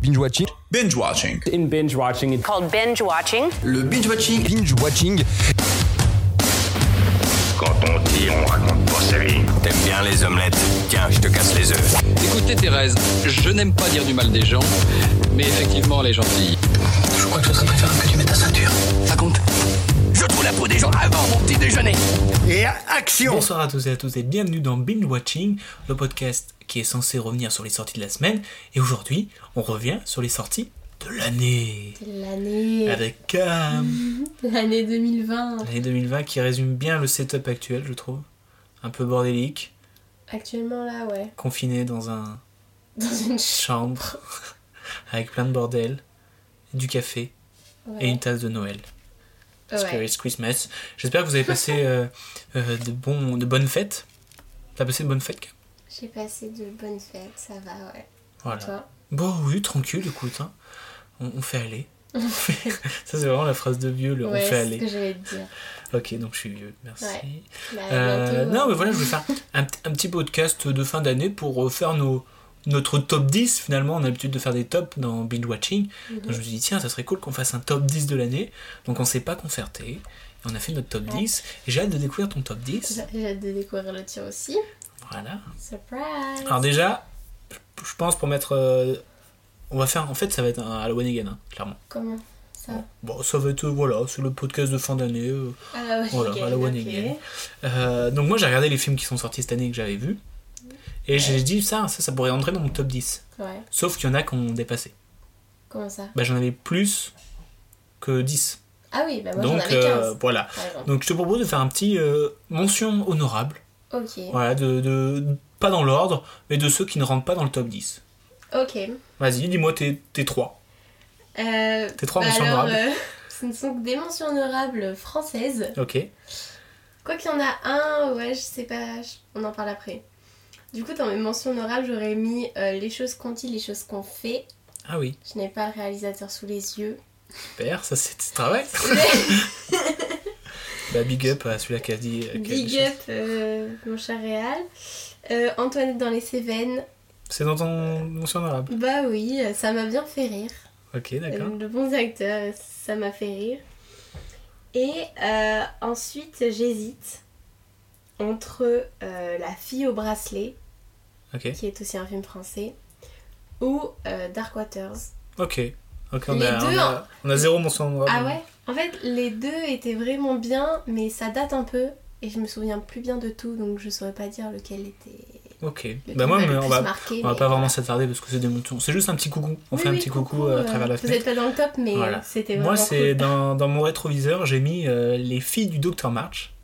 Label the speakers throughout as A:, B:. A: Binge watching.
B: Binge watching.
C: In binge watching,
D: called binge watching.
B: Le binge watching.
A: Binge watching.
E: Quand on dit, on raconte pas sa vie. T'aimes bien les omelettes Tiens, je te casse les œufs.
F: Écoutez Thérèse, je n'aime pas dire du mal des gens, mais effectivement elle est gentille.
G: Je crois que ce serait préférable que tu mettes ta ceinture. Ça compte
E: Je trouve la peau des gens avant mon petit déjeuner.
H: Et action
I: Bonsoir à tous et à toutes et bienvenue dans Binge Watching, le podcast qui est censé revenir sur les sorties de la semaine. Et aujourd'hui, on revient sur les sorties de l'année.
J: L'année
I: Avec Cam,
J: l'année 2020
I: l'année 2020 qui résume bien le setup actuel, je trouve. Un peu bordélique,
J: actuellement là ouais
I: confiné dans un
J: dans une ch...
I: chambre avec plein de bordel, du café et
J: ouais.
I: une tasse de Noël. Parce que
J: Ouais.
I: it's Christmas. J'espère que vous avez passé euh, euh, de, bons, de bonnes fêtes. T'as passé de bonnes fêtes, Cam
J: j'ai passé de bonnes fêtes ça va ouais
I: Voilà.
J: toi
I: Bon, oui, tranquille, écoute. hein. On, on fait aller. Ça, c'est vraiment la phrase de vieux, le
J: ouais
I: on fait
J: c'est ce que
I: aller.
J: j'allais te dire
I: Ok, donc je suis vieux, merci.
J: Ouais. Bah,
I: Euh,
J: bientôt,
I: non,
J: ouais.
I: mais voilà, je vais faire un, p- un petit podcast de fin d'année pour euh, faire nos, notre top 10. Finalement, on a l'habitude de faire des tops dans Binge Watching.
J: Mhm.
I: Donc, je me suis dit, tiens, ça serait cool qu'on fasse un top 10 de l'année. Donc, on s'est pas concerté. Et on a fait notre top 10. Et J'ai hâte de découvrir ton top 10.
J: J'ai- j'ai hâte de découvrir le tien aussi
I: Voilà.
J: surprise
I: Alors, déjà, je- je pense pour mettre. euh, on va faire. En fait, ça va être un Halloween again, hein, clairement.
J: comment ça
I: Bon, ça va être, euh, voilà, c'est le podcast de fin d'année. euh.
J: ah ouais
I: Voilà,
J: ok,
I: voilà, one
J: ok.
I: again. Euh, donc moi, j'ai regardé les films qui sont sortis cette année et que j'avais vus. Et j'ai dit, ça, ça, ça pourrait entrer dans mon top 10.
J: ouais
I: Sauf qu'il y en a qui ont dépassé.
J: comment ça
I: Bah, j'en avais plus que 10.
J: ah oui bah moi
I: donc,
J: j'en avais
I: euh,
J: 15
I: voilà.
J: par exemple
I: Donc, je te propose de faire un petit euh, mention honorable.
J: ok
I: Voilà, de, de- pas dans l'ordre, mais de ceux qui ne rentrent pas dans le top 10.
J: ok
I: Vas-y, dis-moi tes, tes trois.
J: Euh,
I: Tes trois
J: bah
I: mentions
J: alors,
I: honorables.
J: euh, ce ne sont que des mentions honorables françaises.
I: Ok.
J: Quoi qu'il y en a un, ouais, je sais pas, je- on en parle après. Du coup, dans mes mentions honorables, j'aurais mis euh, les choses qu'on dit, les choses qu'on fait.
I: Ah oui,
J: Je n'ai pas le réalisateur sous les yeux.
I: super, ça c'est du travail. bah, big up à celui-là qui a dit. euh, qui a dit
J: Big
I: les choses.
J: up, euh, mon cher Réal. Euh, Antoinette dans les Cévennes.
I: C'est dans ton mention honorable.
J: Bah oui, euh, ça m'a bien fait rire.
I: Ok, d'accord.
J: Euh, de bons acteurs, ça m'a fait rire. Et euh, ensuite, j'hésite entre euh, La fille au bracelet,
I: Ok.
J: qui est aussi un film français, ou euh, Dark Waters.
I: Ok. Ok, on,
J: Les
I: a, on,
J: deux, hein.
I: a, on a zéro mention honorable.
J: Ah ouais En fait, les deux étaient vraiment bien, mais ça date un peu. Et je me souviens plus bien de tout, donc je saurais pas dire lequel était.
I: Ok.
J: lequel
I: Bah, moi,
J: m'a
I: mais
J: le
I: on
J: plus
I: va,
J: marqué,
I: on va
J: mais
I: pas vraiment
J: voilà.
I: s'attarder parce que c'est des mentions. C'est juste un petit coucou. On
J: Oui,
I: fait un
J: oui,
I: petit coucou, euh, à travers la
J: euh, Vous êtes
I: fenêtre.
J: pas dans le top, mais
I: Voilà.
J: c'était vraiment.
I: Moi, c'est
J: cool.
I: dans, dans mon rétroviseur, j'ai mis euh, Les filles du Dr. March.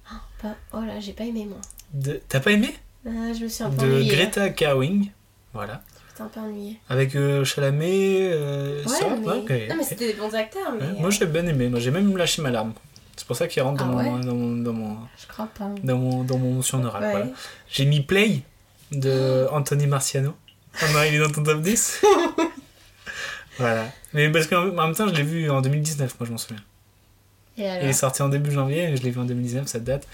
J: Bah, oh là, j'ai pas aimé moi.
I: De... T'as pas aimé
J: Ah, je me suis un peu
I: De
J: ennuyée.
I: Greta Gerwig. Voilà.
J: J'étais un peu ennuyée.
I: Avec euh, Chalamet. euh,
J: Ouais,
I: ça,
J: mais...
I: ok.
J: Non, mais c'était des bons acteurs, mais. euh,
I: Ouais, Moi, j'ai bien aimé. Moi, j'ai même lâché ma larme. C'est pour ça qu'il rentre dans,
J: Ah
I: mon, dans, mon, dans, mon,
J: Je crois pas. hein.
I: dans, mon, dans mon mention honorable.
J: Ouais.
I: Ah, Voilà. J'ai mis Play de Anthony Marciano. Ah non, il est dans ton top 10 Voilà. Mais parce qu'en en même temps, je l'ai vu en 2019, moi je m'en souviens.
J: Et alors
I: Il est sorti en début janvier et je l'ai vu en 2019, ça date.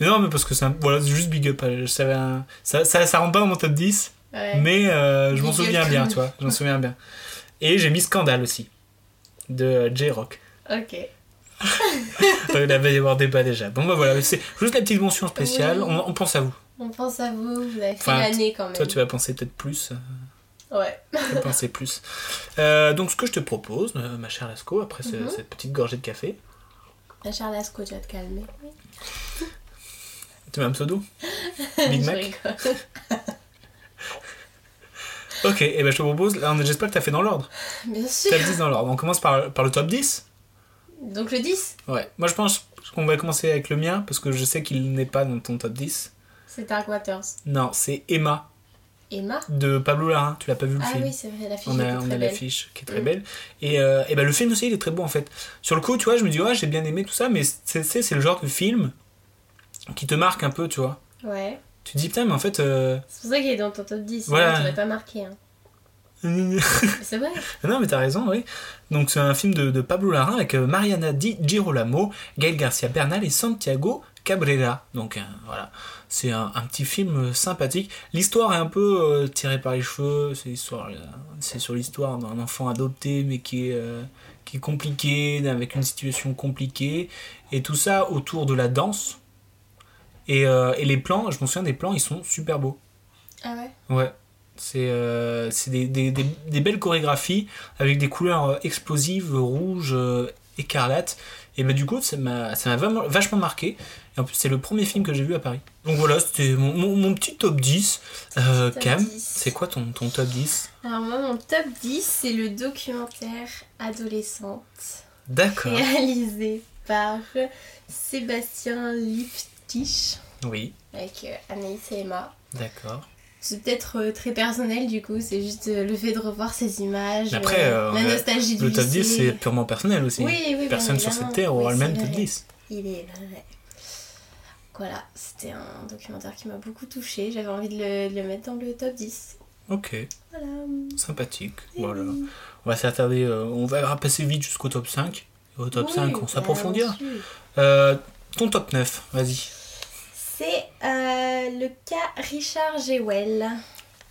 I: Mais non, mais parce que c'est un- voilà, c'est juste big up. Je savais un- ça, ça, ça rentre pas dans mon top 10,
J: Ouais.
I: mais euh, je m'en
J: Big up.
I: souviens bien, tu vois. Je m'en souviens bien. Et j'ai mis Scandale aussi, de euh, J-Rock. Euh,
J: Ok.
I: il avait y avoir débat déjà. Bon, bah voilà, c'est juste la petite mention spéciale.
J: Oui.
I: On, on pense à vous.
J: On pense à vous, vous avez fait
I: Enfin,
J: l'année quand même.
I: Toi, tu vas penser peut-être plus. euh,
J: Ouais.
I: Je pensais plus. Euh, donc, ce que je te propose, euh, ma chère Lasco, après ce-
J: Mhm.
I: cette petite gorgée de café,
J: La Charles Asco, tu vas te calmer.
I: tu mets un pseudo Big
J: Je
I: Mac
J: rigole.
I: Ok, et ben je te propose, là, on- j'espère que t'as fait dans l'ordre.
J: Bien sûr.
I: Top 10 dans l'ordre. On commence par, par le top 10
J: Donc le 10,
I: Ouais. Moi, je pense qu'on va commencer avec le mien, parce que je sais qu'il n'est pas dans ton top 10.
J: c'est Dark Waters.
I: Non, c'est Emma
J: Emma
I: de Pablo Larrain. Tu l'as pas vu le
J: Ah
I: film
J: oui, c'est vrai, l'affiche
I: On
J: était
I: a, on
J: très
I: a
J: belle.
I: l'affiche qui est très
J: Mm.
I: belle. Et, euh, et ben, le film aussi, il est très beau en fait. Sur le coup, tu vois, je me dis, ouais, j'ai bien aimé tout ça, mais c'est c'est- c'est le genre de film qui te marque un peu, tu vois.
J: Ouais.
I: Tu te dis, putain, mais en fait, euh,
J: C'est pour ça qu'il est dans ton top 10.
I: Voilà.
J: Voilà. Tu l'aurais pas marqué. Hein. C'est vrai.
I: non, mais t'as raison, oui. Donc, c'est un film de, de Pablo Larrain avec euh, Mariana Di Girolamo, Gael Garcia Bernal et Santiago Cabrera. Donc, euh, voilà. C'est un, un petit film euh, sympathique. L'histoire est un peu euh, tirée par les cheveux. C'est l'histoire, euh, c'est sur l'histoire d'un enfant adopté, mais qui est, euh, qui est compliqué, avec une situation compliquée. Et tout ça autour de la danse. Et, euh, et les plans, je m'en souviens des plans, ils sont super beaux.
J: Ah ouais.
I: Ouais. C'est euh, c'est des, des, des, des belles chorégraphies avec des couleurs euh, explosives, rouges, euh, écarlates. Et bah, du coup, ça m'a ça m'a vraiment- vachement marqué. Et en plus, c'est le premier film que j'ai vu à Paris. Donc voilà, c'était mon, mon, mon petit top 10. Euh,
J: Top
I: Cam,
J: 10.
I: c'est quoi ton, ton top 10
J: Alors moi, mon top 10, c'est le documentaire Adolescente,
I: D'accord.
J: réalisé par Sébastien Liptich
I: Oui,
J: avec euh, Anaïs et Emma.
I: d'accord.
J: C'est peut-être euh, très personnel du coup, c'est juste euh, le fait de revoir ces images,
I: Mais après,
J: euh,
I: euh,
J: la
I: on est-
J: nostalgie du
I: Le top 10, c'est
J: lycée.
I: purement personnel aussi.
J: Oui, oui, bien
I: Personne sur
J: évidemment.
I: cette terre aura
J: Oui,
I: le même
J: c'est
I: top
J: vrai.
I: 10.
J: Il est vrai. Voilà, c'était un documentaire qui m'a beaucoup touchée, j'avais envie de le, de le mettre dans le top 10.
I: Ok,
J: Voilà.
I: sympathique. Voilà. On va s'attarder, euh, on va passer vite jusqu'au top 5. Et au top
J: Oui,
I: 5, on
J: bah,
I: s'approfondira.
J: ensuite.
I: Euh, ton top 9, vas-y.
J: C'est euh, le cas Richard Jewell.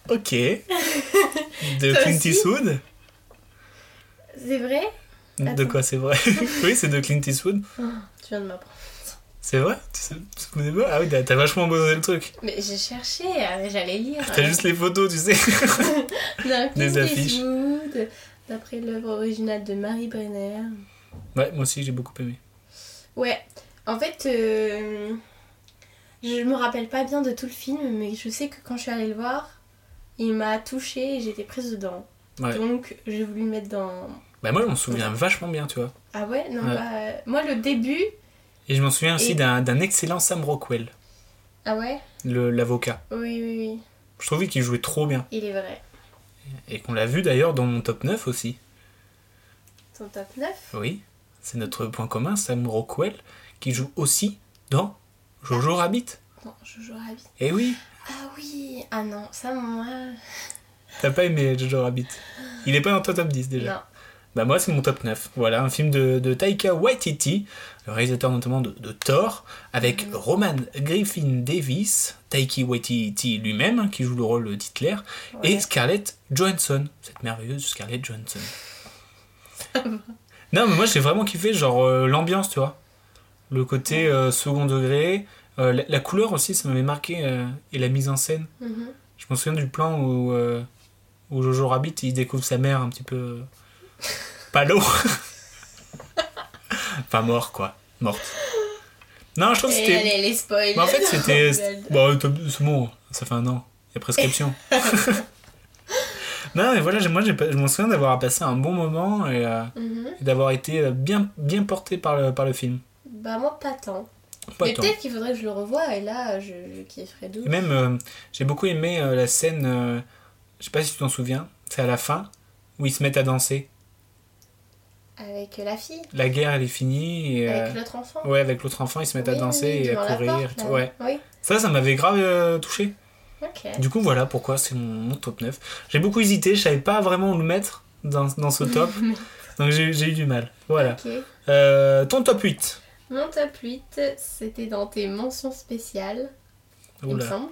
I: Ok. De
J: Toi
I: Clint
J: aussi
I: Eastwood
J: C'est vrai
I: De
J: Attends.
I: quoi c'est vrai Oui, c'est de Clint Eastwood.
J: Tu viens de m'apprendre.
I: C'est vrai Tu sais- tu te connais pas Ah oui, t'as t'as vachement bossé le truc.
J: Mais j'ai cherché, euh, j'allais lire.
I: T'as juste les photos, tu sais.
J: D'un Clint
I: des affiches.
J: Eastwood, d'après l'œuvre originale de Marie Brenner.
I: Ouais, moi aussi j'ai beaucoup aimé.
J: Ouais, en fait, euh, je me rappelle pas bien de tout le film, mais je sais que quand je suis allée le voir, il m'a touchée et j'étais prise dedans.
I: Ouais.
J: Donc, j'ai voulu le mettre dans.
I: Bah moi je m'en souviens vachement bien, tu vois.
J: Ah ouais Non,
I: Ouais.
J: bah, euh, moi, le début.
I: Et je m'en souviens aussi
J: Et-
I: d'un d'un excellent Sam Rockwell,
J: Ah ouais
I: le- l'avocat.
J: Oui, oui, oui.
I: Je trouvais qu'il jouait trop bien.
J: Il est vrai.
I: Et qu'on l'a vu d'ailleurs dans mon top 9 aussi.
J: Ton top 9
I: Oui, c'est notre point commun, Sam Rockwell, qui joue aussi dans Jojo Rabbit.
J: Non, Jojo Rabbit.
I: Eh oui
J: Ah oui Ah non, ça, moi.
I: T'as pas aimé Jojo Rabbit Il est pas dans ton top 10 déjà
J: Non.
I: Bah moi c'est mon top 9. Voilà, un film de, de Taika Waititi, le réalisateur notamment de, de Thor, avec Roman Griffin Davis, Taiki Waititi lui-même, hein, qui joue le rôle d'Hitler, et Scarlett Johansson, cette merveilleuse Scarlett Johansson. non mais moi j'ai vraiment kiffé genre euh, l'ambiance, tu vois. Le côté euh, second degré, euh, la, la couleur aussi ça m'avait marqué, euh, et la mise en scène.
J: Mhm.
I: Je me souviens du plan où, euh, où Jojo Rabbit il découvre sa mère un petit peu euh, pas l'eau. enfin mort quoi, morte. Non, je trouve que
J: Et
I: c'était.
J: allez, les spoils.
I: Mais en fait, c'était.
J: Oh, God.
I: Bon, c'est bon, ça fait un an. Il y a prescription. non, mais voilà, j'ai- moi j'ai pas- je m'en souviens d'avoir passé un bon moment et, euh,
J: Mhm.
I: et d'avoir été euh, bien, bien porté par le, par le film.
J: Bah, moi, pas tant.
I: Pas
J: Mais
I: tant.
J: peut-être qu'il faudrait que je le revoie et là, je, je kifferais
I: Et
J: d'où.
I: même, euh, j'ai beaucoup aimé euh, la scène, euh, je sais pas si tu t'en souviens, c'est à la fin, où ils se mettent à danser.
J: Avec la fille,
I: La guerre, elle est finie. Et,
J: avec
I: euh,
J: l'autre enfant.
I: Ouais, avec l'autre enfant, ils se mettent à
J: Oui,
I: danser
J: oui,
I: et
J: devant
I: à
J: la
I: courir.
J: porte,
I: et tout.
J: là.
I: ouais.
J: Oui,
I: Ça, ça m'avait grave euh, touché.
J: ok.
I: Du coup, voilà pourquoi c'est mon, mon top 9. J'ai beaucoup hésité, je savais pas vraiment où le mettre dans, dans ce top. donc j'ai j'ai eu du mal. Voilà.
J: Ok.
I: Euh, ton top 8.
J: Mon top 8, c'était dans tes mentions spéciales, il me
I: Oula.
J: semble.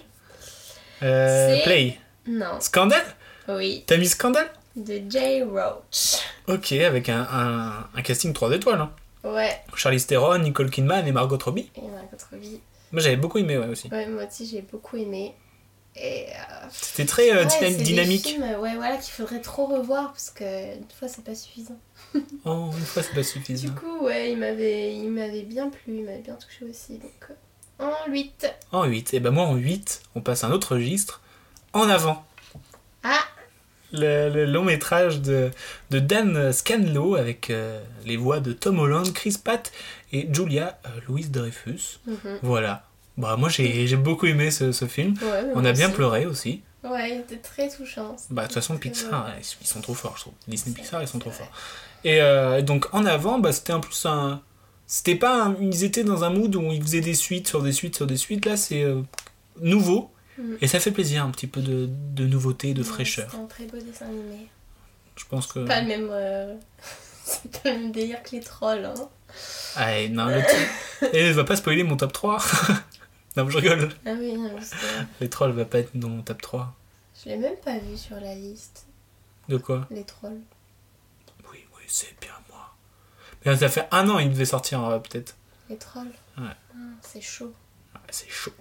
I: Euh,
J: C'est-
I: play.
J: Non,
I: Scandale
J: oui,
I: T'as mis Scandale
J: de Jay Roach.
I: Ok, avec un, un- un casting 3 étoiles. Hein.
J: Ouais,
I: Charlize Theron, Nicole Kidman et Margot Robbie.
J: et Margot Robbie.
I: Moi, j'avais beaucoup aimé ouais, aussi.
J: Ouais, moi aussi, j'ai beaucoup aimé. Et euh,
I: C'était très euh,
J: ouais,
I: dynam-
J: c'est des
I: dynamique.
J: films, ouais, voilà, qu'il faudrait trop revoir parce que une fois, c'est pas suffisant.
I: Oh, une fois, c'est pas suffisant.
J: Du coup, ouais, il m'avait, il m'avait bien plu, il m'avait bien touché aussi. Donc, euh, en 8.
I: En 8. Et ben moi en 8, on passe à un autre registre. En avant.
J: Ah
I: Le, le long métrage de, de Dan Scanlow avec euh, les voix de Tom Holland, Chris Pratt et Julia euh, Louise Dreyfus.
J: Mhm.
I: Voilà. Bah moi j'ai j'ai beaucoup aimé ce, ce film.
J: Ouais, mais
I: On a
J: moi
I: bien
J: aussi.
I: pleuré aussi.
J: Ouais, il était très touchant. c'était
I: Bah de toute façon
J: très
I: Pixar,
J: beau.
I: euh, ils sont trop forts, je trouve. Disney
J: C'est
I: Pixar, ils sont
J: vrai,
I: trop
J: c'est
I: forts. Et euh, donc en avant, bah c'était un plus un. C'était pas un- ils étaient dans un mood où ils faisaient des suites sur des suites sur des suites. Là c'est euh, nouveau.
J: Mm.
I: Et ça fait plaisir, un petit peu de, de nouveauté, de fraîcheur.
J: C'est un très beau dessin animé.
I: Je pense que.
J: Pas le même. euh, C'est pas le même délire que les trolls. Hein.
I: Ah, et non, le truc- Et va pas spoiler mon top 3. non, je rigole.
J: Ah oui, non, parce que
I: Les trolls va pas être dans mon top 3.
J: je l'ai même pas vu sur la liste,
I: De quoi
J: les trolls.
I: Oui, oui, c'est bien moi. Mais ça fait un an, il devait sortir, euh, peut-être.
J: Les trolls
I: Ouais.
J: Hum, C'est chaud.
I: Ouais, Ah, c'est chaud.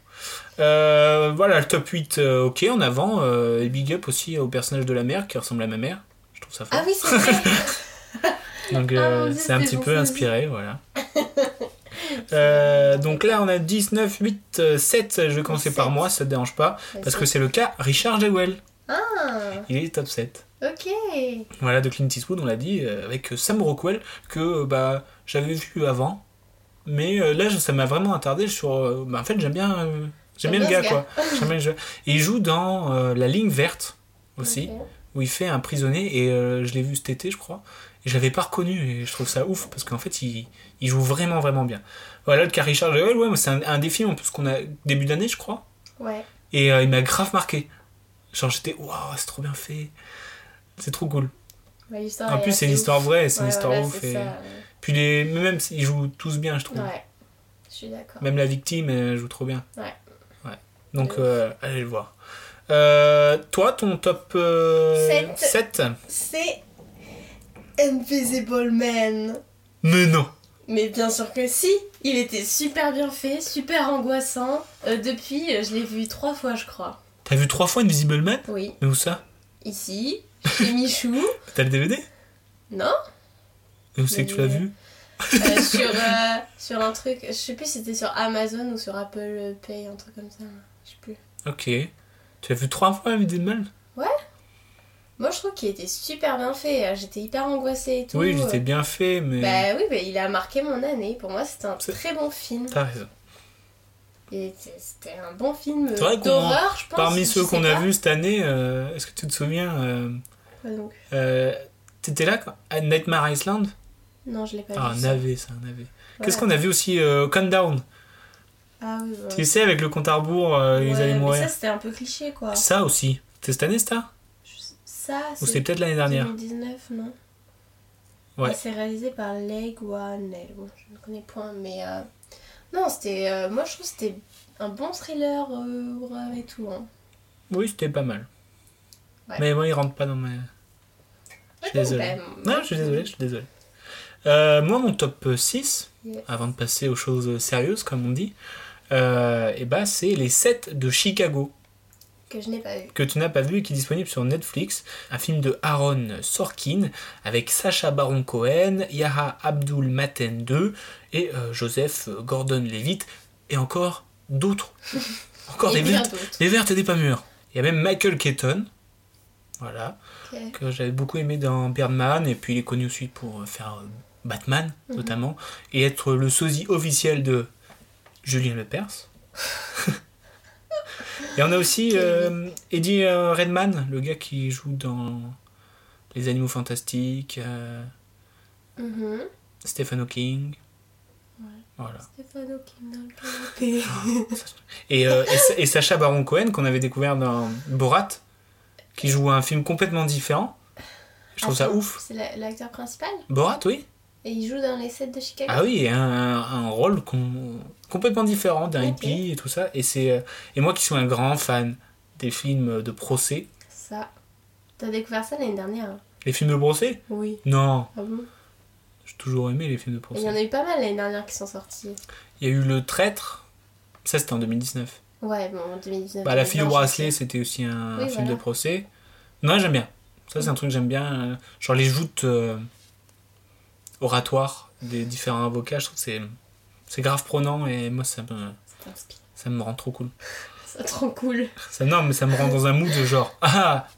I: Euh, voilà, le top 8, euh, ok, en avant. euh, et big up aussi au personnage de la mère qui ressemble à ma mère. Je trouve ça fort.
J: Ah oui, c'est vrai
I: Donc
J: Ah,
I: euh,
J: mon Dieu,
I: c'est un
J: c'est
I: petit
J: bon,
I: peu
J: ça.
I: inspiré, voilà. Euh, donc là, on a 19, 8, euh, 7. Je vais commencer par
J: Sept.
I: moi, ça te dérange pas. Parce que c'est le cas Richard Jewell.
J: Ah,
I: Il est top 7.
J: ok
I: Voilà, de Clint Eastwood, on l'a dit, euh, avec Sam Rockwell, que euh, bah, j'avais vu avant. Mais euh, là, je- ça m'a vraiment attardé sur. euh, bah, en fait, j'aime bien, euh, j'aime bien le gars, quoi. J'aime bien le jeu. Et il joue dans euh, La Ligne Verte aussi
J: Ok.
I: où il fait un prisonnier et euh, je l'ai vu cet été je crois et je l'avais pas reconnu et je trouve ça ouf parce qu'en fait il, il joue vraiment vraiment bien voilà le cas Richard Jewell ouais mais c'est un, un des films en plus qu'on a début d'année je crois
J: Ouais,
I: et euh, il m'a grave marqué genre j'étais waouh c'est trop bien fait c'est trop cool
J: Ouais, Bah, l'histoire
I: en
J: est
I: plus c'est
J: assez
I: une
J: ouf.
I: histoire vraie c'est
J: Ouais,
I: une histoire
J: voilà,
I: ouf
J: c'est
I: et...
J: ça.
I: puis les mais même ils jouent tous bien je trouve
J: Ouais, je suis d'accord.
I: même la victime elle joue trop bien
J: Ouais.
I: Ouais. donc
J: De ouf.
I: euh, allez le voir Euh, toi ton top euh,
J: Sept.
I: 7
J: C'est Invisible Man.
I: mais non
J: Mais bien sûr que si, il était super bien fait, super angoissant. Euh, depuis, euh, je l'ai vu trois fois, je crois.
I: T'as vu trois fois Invisible Man
J: Oui,
I: Mais où ça
J: ici, chez Michou.
I: T'as le DVD
J: Non
I: Mais où c'est que tu l'as vu
J: Euh, sur, euh, sur un truc, je sais plus si c'était sur Amazon ou sur Apple Pay, un truc comme ça. Je sais plus.
I: Ok. Tu as vu trois fois Invisible Man
J: Moi, je trouve qu'il était super bien fait. euh, J'étais hyper angoissée et tout.
I: Oui, il était bien fait, mais.
J: Bah oui, bah, il a marqué mon année. Pour moi, c'était un
I: C'est-
J: très bon film.
I: T'as raison.
J: Il était- C'était un bon film euh,
I: C'est vrai qu'on-
J: d'horreur, je pense.
I: Parmi
J: je
I: ceux
J: sais
I: qu'on a
J: pas.
I: vus cette année, euh, est-ce que tu te souviens euh,
J: Ouais, donc,
I: euh, T'étais là quand à Nightmare Island
J: Non, je l'ai pas
I: Ah, un
J: vu.
I: navet, c'est un navet. Qu'est-ce qu'on a vu aussi euh, Countdown
J: Ah oui, bah,
I: Tu sais, avec le compte à rebours, euh,
J: ouais,
I: ils allaient
J: mais
I: mourir.
J: ça, c'était un peu cliché, quoi.
I: Ça, aussi. C'était cette année, ça
J: Je- Ça,
I: Ou c'était
J: c'est
I: peut-être l'année dernière
J: 2019, non
I: Ouais.
J: Et C'est réalisé par Leg Wanell. Bon, je ne connais point, mais... euh, Non, c'était... euh, Moi, je trouve que c'était un bon thriller euh, horreur et tout. Hein.
I: Oui, c'était pas mal.
J: Ouais.
I: Mais moi, il rentre pas dans ma. Je suis
J: Ouais,
I: désolé.
J: donc, bah,
I: Non, je suis désolé, je suis désolé. Euh, moi, mon top 6,
J: Yes.
I: avant de passer aux choses sérieuses, comme on dit, euh, eh ben, c'est les 7 de Chicago,
J: Que je n'ai pas vu.
I: que tu n'as pas vu et qui est disponible sur Netflix. Un film de Aaron Sorkin, avec Sacha Baron Cohen, Yaha Abdul Maten 2 et euh, Joseph Gordon-Levitt, et encore d'autres. Encore
J: et
I: des
J: bien
I: vertes,
J: d'autres.
I: des vertes et des pas mûres. Il y a même Michael Keaton. Voilà
J: Ok.
I: que j'avais beaucoup aimé dans Birdman, et puis il est connu aussi pour euh, faire euh, Batman, notamment, et être le sosie officiel de Julien Lepers. et on a aussi euh, Eddie euh, Redman, le gars qui joue dans Les Animaux Fantastiques, euh,
J: Mhm.
I: Stephen Hawking. Voilà.
J: Stéphano qui me donne le canapé.
I: Et, euh, et Sa- et Sacha Baron Cohen, qu'on avait découvert dans Borat, qui joue un film complètement différent. Je trouve ça
J: Attends,
I: ouf.
J: C'est la- l'acteur principal
I: Borat, oui.
J: Et il joue dans les sets de Chicago
I: Ah oui, un, un rôle com- complètement différent d'un
J: Ok.
I: hippie et tout ça. Et, c'est, euh, et moi qui suis un grand fan des films de procès.
J: Ça. T'as découvert ça l'année dernière
I: Les films de procès
J: Oui.
I: Non,
J: Ah bon
I: j'ai toujours aimé les films de procès.
J: Il y en a eu pas mal l'année dernière qui sont sortis.
I: Il y a eu Le Traître, ça c'était en 2019.
J: Ouais, bon, en 2019.
I: Bah, La fille au
J: 2020,
I: bracelet,
J: je sais.
I: c'était aussi un
J: Oui,
I: film de
J: voilà.
I: procès. Non, j'aime bien. Ça c'est un truc que j'aime bien. euh, Genre les joutes euh, oratoires des différents avocats, je trouve que c'est, c'est grave prenant et moi ça me,
J: Ça t'inspire.
I: ça me rend trop cool.
J: C'est trop cool.
I: Ça, non, mais ça me rend dans un mood de genre Ah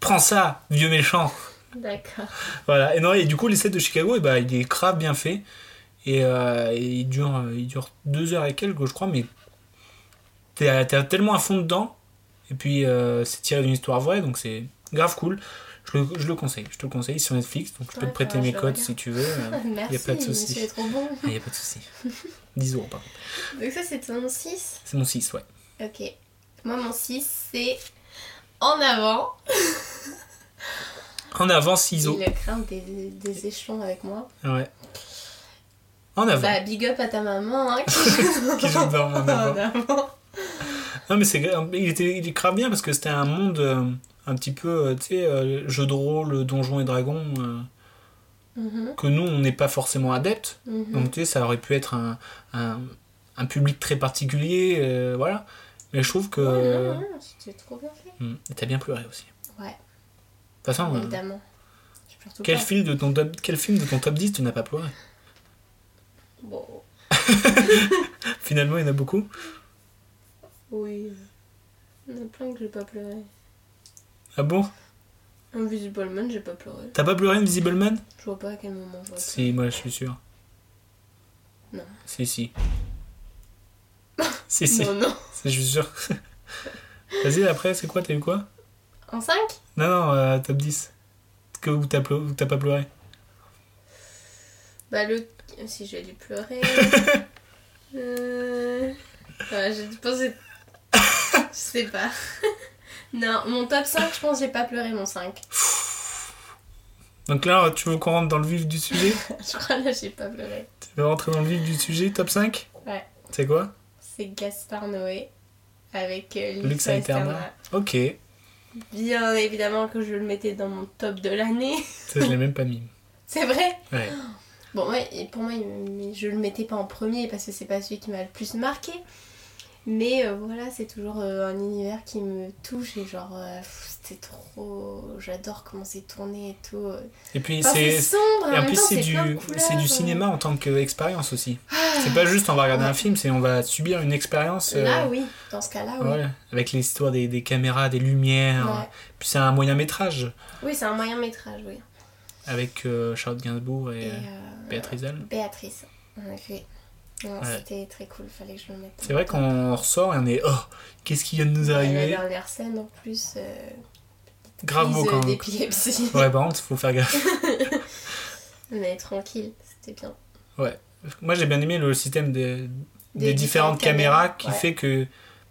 I: Prends ça, vieux méchant
J: D'accord.
I: Voilà. Et non, et du coup, l'essai de Chicago, et bah, il est grave bien fait. Et, euh, et il, dure, euh, il dure deux heures et quelques, je crois, mais t'es à- t'es tellement à fond dedans. Et puis, euh, c'est tiré d'une histoire vraie, donc c'est grave cool. Je le, je le conseille, je te le conseille sur Netflix, donc je peux
J: Ouais,
I: te prêter
J: faudra que
I: mes
J: je le
I: codes
J: regarde.
I: si tu veux. Euh,
J: Merci,
I: pas de souci.
J: monsieur est trop bon.
I: Il n'y a pas de souci. 10 euros, par contre.
J: Donc ça, c'est ton 6
I: C'est mon 6, ouais.
J: Ok. Moi, mon 6, c'est en avant.
I: En avant, ciseaux.
J: Il craint des, des échelons avec moi.
I: Ouais. En avant.
J: Bah, big up à ta maman, hein, qui
I: Qui joue dans mon avant.
J: en avant.
I: Non, mais c'est grave. il était il est grave bien parce que c'était un monde euh, un petit peu, euh, tu sais, euh, jeu de rôle, donjons et dragons, euh,
J: Mhm,
I: que nous, on n'est pas forcément adepte.
J: mhm.
I: Donc, tu sais, ça aurait pu être un, un, un public très particulier, euh, voilà. Mais je trouve que. euh,
J: Ouais, Oh non, non, c'était trop bien fait.
I: Hmm, et t'as bien pleuré aussi.
J: Ouais.
I: De toute façon, euh,
J: Évidemment. Je pleure tout le
I: quel
J: temps.
I: film, de ton top, quel film de ton top 10 tu n'as pas pleuré
J: Bon,
I: Finalement, il y en a beaucoup.
J: oui. Il y en a plein que j'ai pas pleuré.
I: Ah bon
J: Invisible Man, j'ai pas pleuré.
I: T'as pas pleuré Invisible Man
J: Je vois pas à quel moment. je vois.
I: Si, moi je suis sûr.
J: Non.
I: Si, si. si, si,
J: Non, non.
I: C'est- je suis sûr. Vas-y, après, c'est quoi T'as eu quoi
J: En 5
I: Non, non, euh, top 10. Que, où t'as pleu- où t'as pas pleuré
J: Bah, le. Si j'ai dû pleurer. euh... Ouais, j'ai dû penser. je sais pas. non, mon top 5, je pense que j'ai pas pleuré mon 5.
I: Donc là, tu veux qu'on rentre dans le vif du sujet
J: je crois là, j'ai pas pleuré.
I: Tu veux rentrer dans le vif du sujet, top 5
J: Ouais.
I: C'est quoi
J: C'est Gaspard Noé avec euh,
I: Lux
J: Lisa
I: Aeterna.
J: Esterna.
I: Ok, ça,
J: Bien évidemment que je le mettais dans mon top de l'année.
I: je l'ai même pas mis.
J: C'est vrai
I: Ouais.
J: Bon, ouais, et pour moi, il- mais je le mettais pas en premier parce que c'est pas celui qui m'a le plus marqué. Mais euh, voilà, c'est toujours euh, un univers qui me touche et genre, euh, pff, c'était trop. J'adore comment c'est tourné et tout.
I: Et puis,
J: Enfin, c'est
I: c'est.
J: sombre,
I: Et en
J: même
I: plus,
J: temps,
I: c'est
J: c'est
I: du,
J: plein de couleurs,
I: c'est
J: euh. Ah.
I: du cinéma en tant qu'expérience aussi. C'est pas juste on va regarder un film, c'est on va subir une expérience. euh,
J: Là, Ah oui, dans ce cas-là, oui.
I: ouais, avec l'histoire des, des caméras, des lumières. hein.
J: Ouais.
I: Puis c'est un moyen métrage
J: Oui, c'est un moyen métrage, oui.
I: avec euh, Charlotte Gainsbourg et,
J: Et,
I: euh,
J: euh,
I: Béatrice Dalle.
J: Béatrice, en effet. Non,
I: Ouais.
J: C'était très cool, fallait que je le mette.
I: C'est vrai qu'on ressort et on est oh, qu'est-ce qui vient de nous
J: Et
I: arriver
J: La dernière scène en plus. Euh,
I: Grave beau
J: prise,
I: quand
J: euh,
I: même.
J: d'épilepsie.
I: Ouais, par contre, faut faire gaffe.
J: Mais tranquille, c'était bien.
I: Moi j'ai bien aimé le système des, des,
J: Des
I: différentes,
J: différentes
I: caméras,
J: caméras,
I: qui
J: ouais.
I: fait que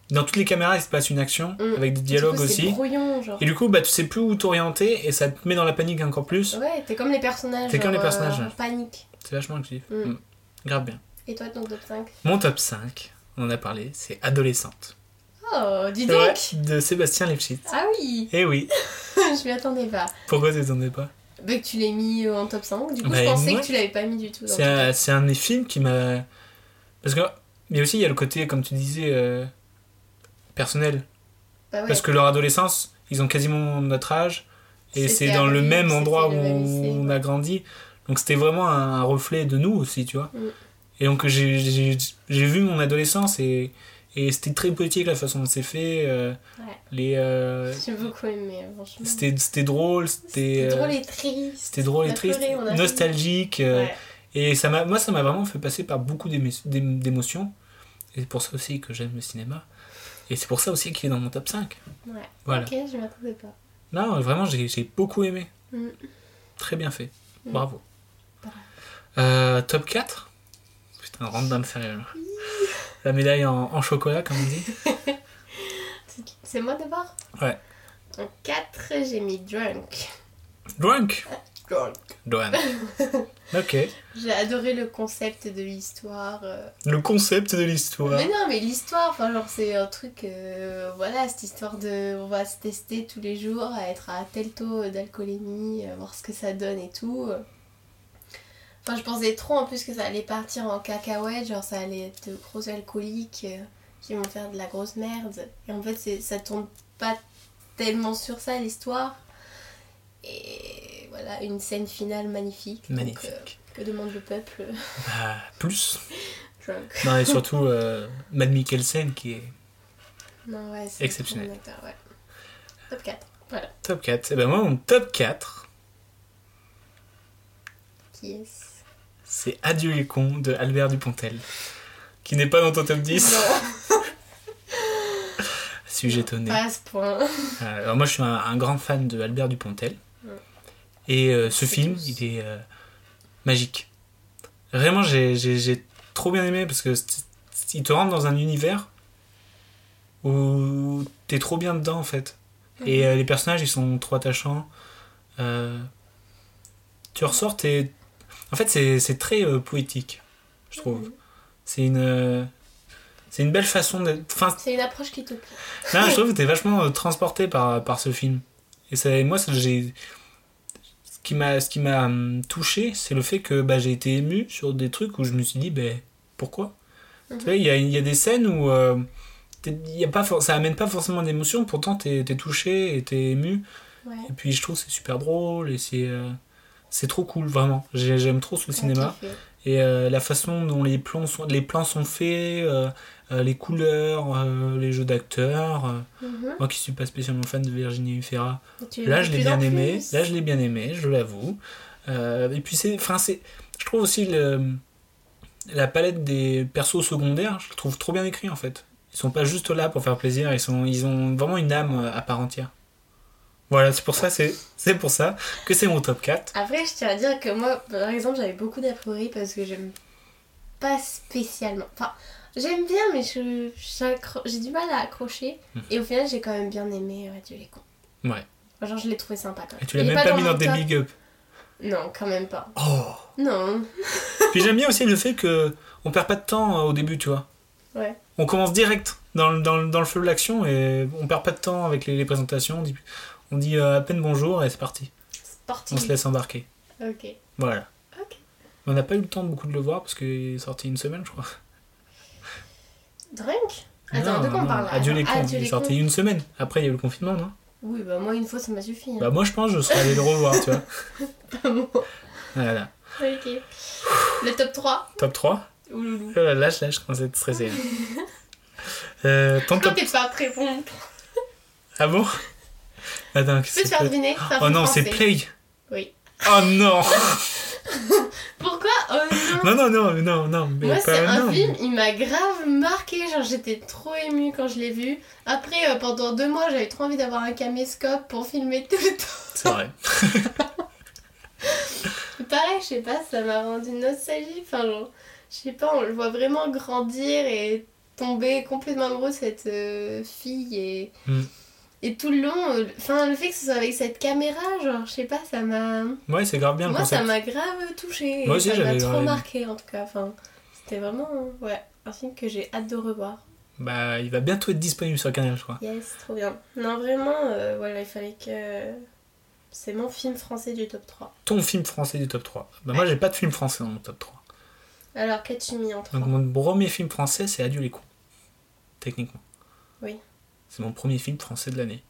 I: dans toutes les caméras il se passe une action
J: Mm.
I: avec des
J: Du
I: dialogues
J: coup, c'est
I: aussi.
J: brouillon, genre.
I: Et du coup, bah, tu sais plus où t'orienter et ça te met dans la panique encore plus.
J: Ouais, t'es comme les personnages.
I: T'es comme les
J: genre,
I: personnages,
J: euh,
I: ouais.
J: En panique.
I: C'est vachement actif.
J: Mm.
I: Mm. Grave bien.
J: Et toi, ton top 5
I: Mon top 5, on en a parlé, c'est Adolescente.
J: Oh, dis donc
I: Ouais, de Sébastien Lifshitz.
J: Ah oui
I: Eh oui,
J: Je m'y attendais pas.
I: pourquoi tu t'en es pas
J: Bah, que tu l'aies mis euh, en top 5, du coup,
I: Bah,
J: je pensais
I: moi-
J: que tu l'avais pas mis du tout. dans
I: C'est
J: ton
I: un,
J: top.
I: c'est un des films qui m'a. Parce que. Mais aussi, il y a le côté, comme tu disais, euh, personnel.
J: Bah ouais.
I: Parce que leur adolescence, ils ont quasiment notre âge. Et
J: C'était
I: c'est dans
J: à
I: le
J: Paris,
I: même
J: c'était
I: endroit où
J: le même lycée,
I: on a grandi. Donc c'était vraiment un, un reflet de nous aussi, tu vois.
J: Mm.
I: Et donc j'ai- j'ai j'ai vu mon adolescence et, et c'était très poétique la façon dont c'est fait. euh,
J: Ouais.
I: les, euh,
J: J'ai beaucoup aimé, euh, franchement.
I: c'était c'était drôle, c'était
J: C'était
I: euh,
J: drôle et triste.
I: c'était drôle
J: On
I: et
J: a
I: triste,
J: pleuré, on a ri.
I: nostalgique. euh,
J: Ouais.
I: et ça m'a, moi, ça m'a vraiment fait passer par beaucoup d'émo- d'ém- d'émotions. Et c'est pour ça aussi que j'aime le cinéma. Et c'est pour ça aussi qu'il est dans mon top 5.
J: Ouais.
I: Voilà.
J: Ok, je m'y attendais pas.
I: Non, vraiment, j'ai j'ai beaucoup aimé.
J: Mm.
I: Très bien fait.
J: Mm.
I: Bravo.
J: Bravo.
I: Euh, top 4 Putain, on rentre dans le sérieux. là. La médaille en, en chocolat, comme on dit.
J: C'est- C'est moi d'abord
I: Ouais.
J: En 4, j'ai mis Drunk.
I: Drunk
J: Drunk.
I: Doan. ok.
J: J'ai adoré le concept de l'histoire. euh.
I: Le concept de l'histoire.
J: Mais non, mais l'histoire, enfin, genre, c'est un truc. euh, voilà, cette histoire de. On va se tester tous les jours à être à tel taux d'alcoolémie, euh, voir ce que ça donne et tout. Enfin, je pensais trop en plus que ça allait partir en cacahuète, genre, ça allait être de gros alcooliques euh, qui vont faire de la grosse merde. Et en fait, c'est- ça tourne pas tellement sur ça l'histoire. Et voilà, une scène finale magnifique. donc,
I: Magnifique.
J: euh, que demande le peuple
I: Bah, plus.
J: Drunk.
I: Non, et surtout, euh, Mad Mikkelsen qui est
J: Non, ouais, c'est
I: Exceptionnel.
J: un bon acteur, ouais. Top 4. Voilà.
I: top 4. Et ben moi, mon top 4,
J: Qui est
I: C'est Adieu les cons de Albert Dupontel, qui n'est pas dans ton top 10.
J: Non,
I: Sujet étonné.
J: pas à ce point.
I: Euh, alors moi, je suis un, un grand fan de Albert Dupontel. Et euh, ce
J: C'est
I: film,
J: tous.
I: il est euh, magique. Vraiment, j'ai j'ai- j'ai trop bien aimé parce que c'est- il te rentre dans un univers où t'es trop bien dedans en fait.
J: Mhm.
I: Et euh, les personnages, ils sont trop attachants. Euh, tu ressors, t'es. En fait, c'est c'est très euh, poétique, je
J: Mhm.
I: trouve. C'est une. euh, C'est une belle façon d'être. Enfin,
J: C'est une approche qui te plaît.
I: non, je trouve que t'es vachement euh, transporté par, par ce film. Et ça, moi, ça, j'ai. Ce qui m'a, ce qui m'a hum, touché, c'est le fait que bah, j'ai été ému sur des trucs où je me suis dit, ben, pourquoi Tu vois, il y a, il y a des scènes où euh, t'es- il y a pas, for- ça amène pas forcément d'émotion, pourtant t'es, t'es touché et t'es ému.
J: Ouais.
I: Et puis je trouve que c'est super drôle et c'est, euh, c'est trop cool, vraiment. J'ai- j'aime trop ce cinéma.
J: T'as kiffé.
I: Et euh, la façon dont les plans sont, les plans sont faits, euh, euh, les couleurs, euh, les jeux d'acteurs. euh,
J: Mhm.
I: moi qui suis pas spécialement fan de Virginie Ferra,
J: Tu
I: là
J: l'aimes
I: je
J: de
I: l'ai
J: plus en
I: bien aimé,
J: plus.
I: là je l'ai bien aimé, je l'avoue. Euh, et puis c'est, enfin c'est, je trouve aussi le, la palette des persos secondaires, je le trouve trop bien écrit en fait. Ils sont pas juste là pour faire plaisir, ils sont, ils ont vraiment une âme euh, à part entière. Voilà, c'est pour ça, c'est, c'est pour ça que c'est mon top 4.
J: Après, je tiens à dire que moi, par exemple, j'avais beaucoup d'a priori parce que j'aime pas spécialement. Enfin, j'aime bien, mais je- j'accro- j'ai du mal à accrocher. Et au final, j'ai quand même bien aimé euh, Dieu les cons.
I: Mhm. Ouais.
J: Genre, je l'ai trouvé sympa quand même.
I: Et tu l'as
J: Il est
I: même pas mis
J: mon
I: dans tes
J: top.
I: big up.
J: Non, quand même pas.
I: Oh.
J: Non.
I: Puis j'aime bien aussi le fait que on perd pas de temps euh, au début, tu vois.
J: Ouais.
I: On commence direct dans le, dans le- dans le feu de l'action et on perd pas de temps avec les, les présentations. On dit, on dit, euh, à peine bonjour et c'est parti. On
J: Sportif.
I: se laisse embarquer.
J: Ok.
I: Voilà.
J: Ok.
I: On n'a pas eu le temps beaucoup de le voir parce qu'il est sorti une semaine, je crois.
J: Drunk Attends,
I: Ah Non,
J: de quoi on
I: non,
J: parle là
I: Adieu
J: Attends,
I: les cons.
J: Adieu
I: il est
J: les
I: sorti
J: cons.
I: une semaine. Après, il y a eu le confinement, non
J: Oui, bah moi, une fois, ça m'a suffi. hein.
I: Bah, moi, je pense que je serais allé le revoir, tu vois. Voilà.
J: ok. Le top 3
I: Top 3.
J: Ouloulou.
I: Oh là, là, je- là, je commence à être stressé. hein. Euh, ton
J: Toi,
I: top.
J: t'es pas très bon. Tu
I: Ah bon Attends, qu'est-ce
J: peux te
I: que
J: faire
I: c'est
J: deviner Ah, c'est un
I: Oh
J: film
I: non, c'est
J: français.
I: Play.
J: Oui.
I: Oh non
J: Pourquoi Oh non
I: Non, non, non, non, non. mais
J: Moi,
I: pas-
J: c'est un
I: non.
J: film, il m'a grave marqué. Genre, j'étais trop émue quand je l'ai vu. Après, euh, pendant deux mois, j'avais trop envie d'avoir un caméscope pour filmer tout le temps.
I: C'est vrai.
J: Pareil, je sais pas, ça m'a rendu nostalgique. Enfin, genre, je sais pas, on le voit vraiment grandir et tomber complètement amoureux de cette euh, fille. Et,
I: Mm.
J: et tout le long, euh, enfin, le fait que ce soit avec cette caméra, genre, je sais pas, ça m'a.
I: Ouais, c'est grave bien le
J: Moi, ça
I: concept.
J: m'a grave touchée.
I: Moi aussi,
J: ça m'a
I: j'avais
J: trop
I: grave aimé.
J: marqué en tout cas. Enfin, c'était vraiment euh, ouais, un film que j'ai hâte de revoir.
I: Bah, il va bientôt être disponible sur Canal, je crois.
J: Yes, trop bien. Non, vraiment, euh, voilà, il fallait que. C'est mon film français du top 3.
I: Ton film français du top 3. Bah, moi, j'ai pas de film français dans mon top 3.
J: Alors, qu'as-tu mis en 3
I: Donc, mon premier film français, c'est Adieu les cons. Techniquement.
J: Oui.
I: C'est mon premier film français de l'année.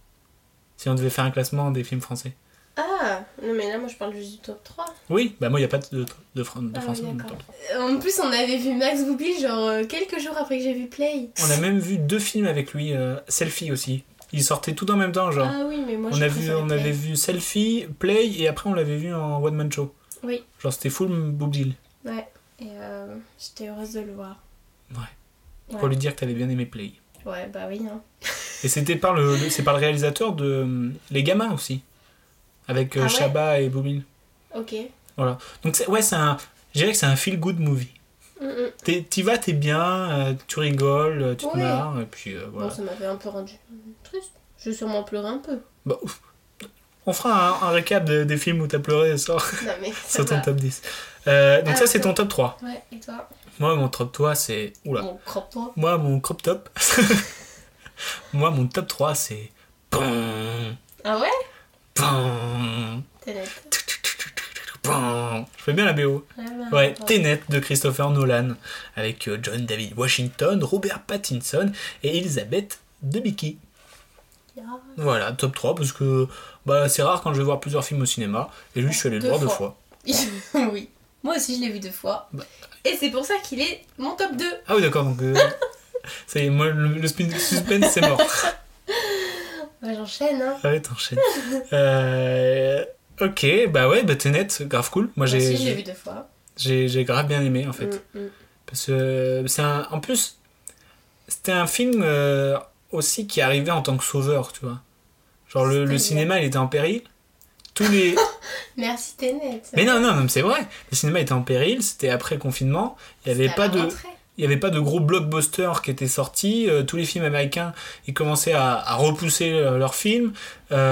I: Si on devait faire un classement des films français.
J: Ah Non, mais là, moi, je parle juste du top 3.
I: Oui, bah, moi, il n'y a pas de, de, de Fran- de
J: Ah,
I: français dans mon
J: d'accord.
I: top 3.
J: En plus, on avait vu Max Boublil, genre, euh, quelques jours après que j'ai vu Play.
I: On a même vu deux films avec lui, euh, Selfie aussi. Ils sortaient tout en même temps, genre.
J: Ah oui, mais moi,
I: on
J: je
I: a vu,
J: préférais
I: on
J: Play.
I: avait vu Selfie, Play, et après, on l'avait vu en One Man Show.
J: Oui.
I: Genre, c'était full Boublil.
J: Ouais, et euh, j'étais heureuse de le voir.
I: Pour lui dire que t'avais bien aimé Play.
J: Ouais, bah oui, hein.
I: Et c'était par le, le- c'est par le réalisateur de euh, Les Gamins aussi, avec euh,
J: Ah ouais
I: Chabat et Bobine.
J: Ok.
I: Donc c'est, ouais, c'est un, je dirais que c'est un feel good movie.
J: Mm, mm.
I: T'es, t'y vas, t'es bien, euh, tu rigoles, euh, tu te
J: Ouais.
I: marres, et puis euh, voilà.
J: Bon, ça m'avait un peu rendu triste. Je vais sûrement pleurer un peu.
I: Bah, ouf. on fera un, un récap de- des films où t'as pleuré sur,
J: Non, mais ça
I: sur ton
J: va.
I: top 10. Euh, donc
J: Ah,
I: ça, c'est
J: ouais.
I: ton top 3.
J: Ouais, et toi
I: Moi, mon top 3, c'est... Oula.
J: Mon crop toi
I: Moi, mon crop top... Moi, mon top 3, c'est... Pum,
J: Ah ouais
I: pum,
J: T'es nette.
I: tu, tu, tu, tu, tu, tu, tu, pum. Je fais bien la BO.
J: Vraiment.
I: Ouais, Tenet de Christopher Nolan, avec euh, John David Washington, Robert Pattinson et Elisabeth Debicki.
J: Ah.
I: Voilà, top 3, parce que bah, c'est rare quand je vais voir plusieurs films au cinéma, et lui, je suis allé le
J: Deux
I: voir deux
J: fois.
I: fois.
J: oui. Moi aussi, je l'ai vu deux fois.
I: Bah.
J: Et c'est pour ça qu'il est mon top 2.
I: Ah oui, d'accord, donc... euh, ça y est, moi, le, le spin- suspense, c'est mort.
J: Bah, j'enchaîne, hein.
I: Ah ouais, t'enchaînes. Euh, ok, bah ouais, bah Tenet, grave cool. Moi,
J: Moi aussi, je l'ai
I: j'ai
J: vu deux fois.
I: j'ai- j'ai grave bien aimé, en fait.
J: Mm, mm.
I: Parce que c'est un. En plus, c'était un film euh, aussi qui arrivait en tant que sauveur, tu vois. Genre le, le
J: C'est-à-dire
I: cinéma, il était en péril. Tous les.
J: Merci, t'es nette.
I: mais non, non, non, mais c'est vrai. Le cinéma était en péril. C'était après le confinement. Il n'y avait pas de. il n'y avait pas de gros blockbusters qui étaient sortis. Euh, tous les films américains, ils commençaient à, à repousser euh, leurs films.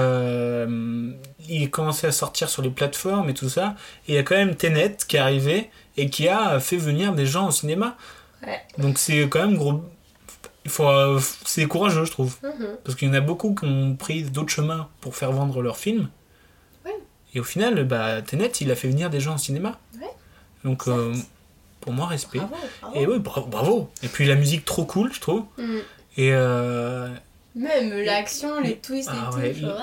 I: Euh, ils commençaient à sortir sur les plateformes et tout ça. Et il y a quand même Tenet qui est arrivé et qui a fait venir des gens au cinéma.
J: Ouais.
I: Donc c'est quand même gros. Il faut, euh, c'est courageux, je trouve.
J: Mhm.
I: Parce qu'il y en a beaucoup qui ont pris d'autres chemins pour faire vendre leurs films.
J: Oui.
I: Et au final, bah, Tenet, il a fait venir des gens au cinéma.
J: Ouais.
I: Donc, euh, pour moi, respect.
J: Bravo, bravo.
I: Et oui, bravo, bravo. Et puis la musique trop cool, je trouve.
J: Mm.
I: Et euh,
J: Même l'action, les twists
I: Ah
J: et
I: ouais,
J: tout.
I: il-
J: ouais.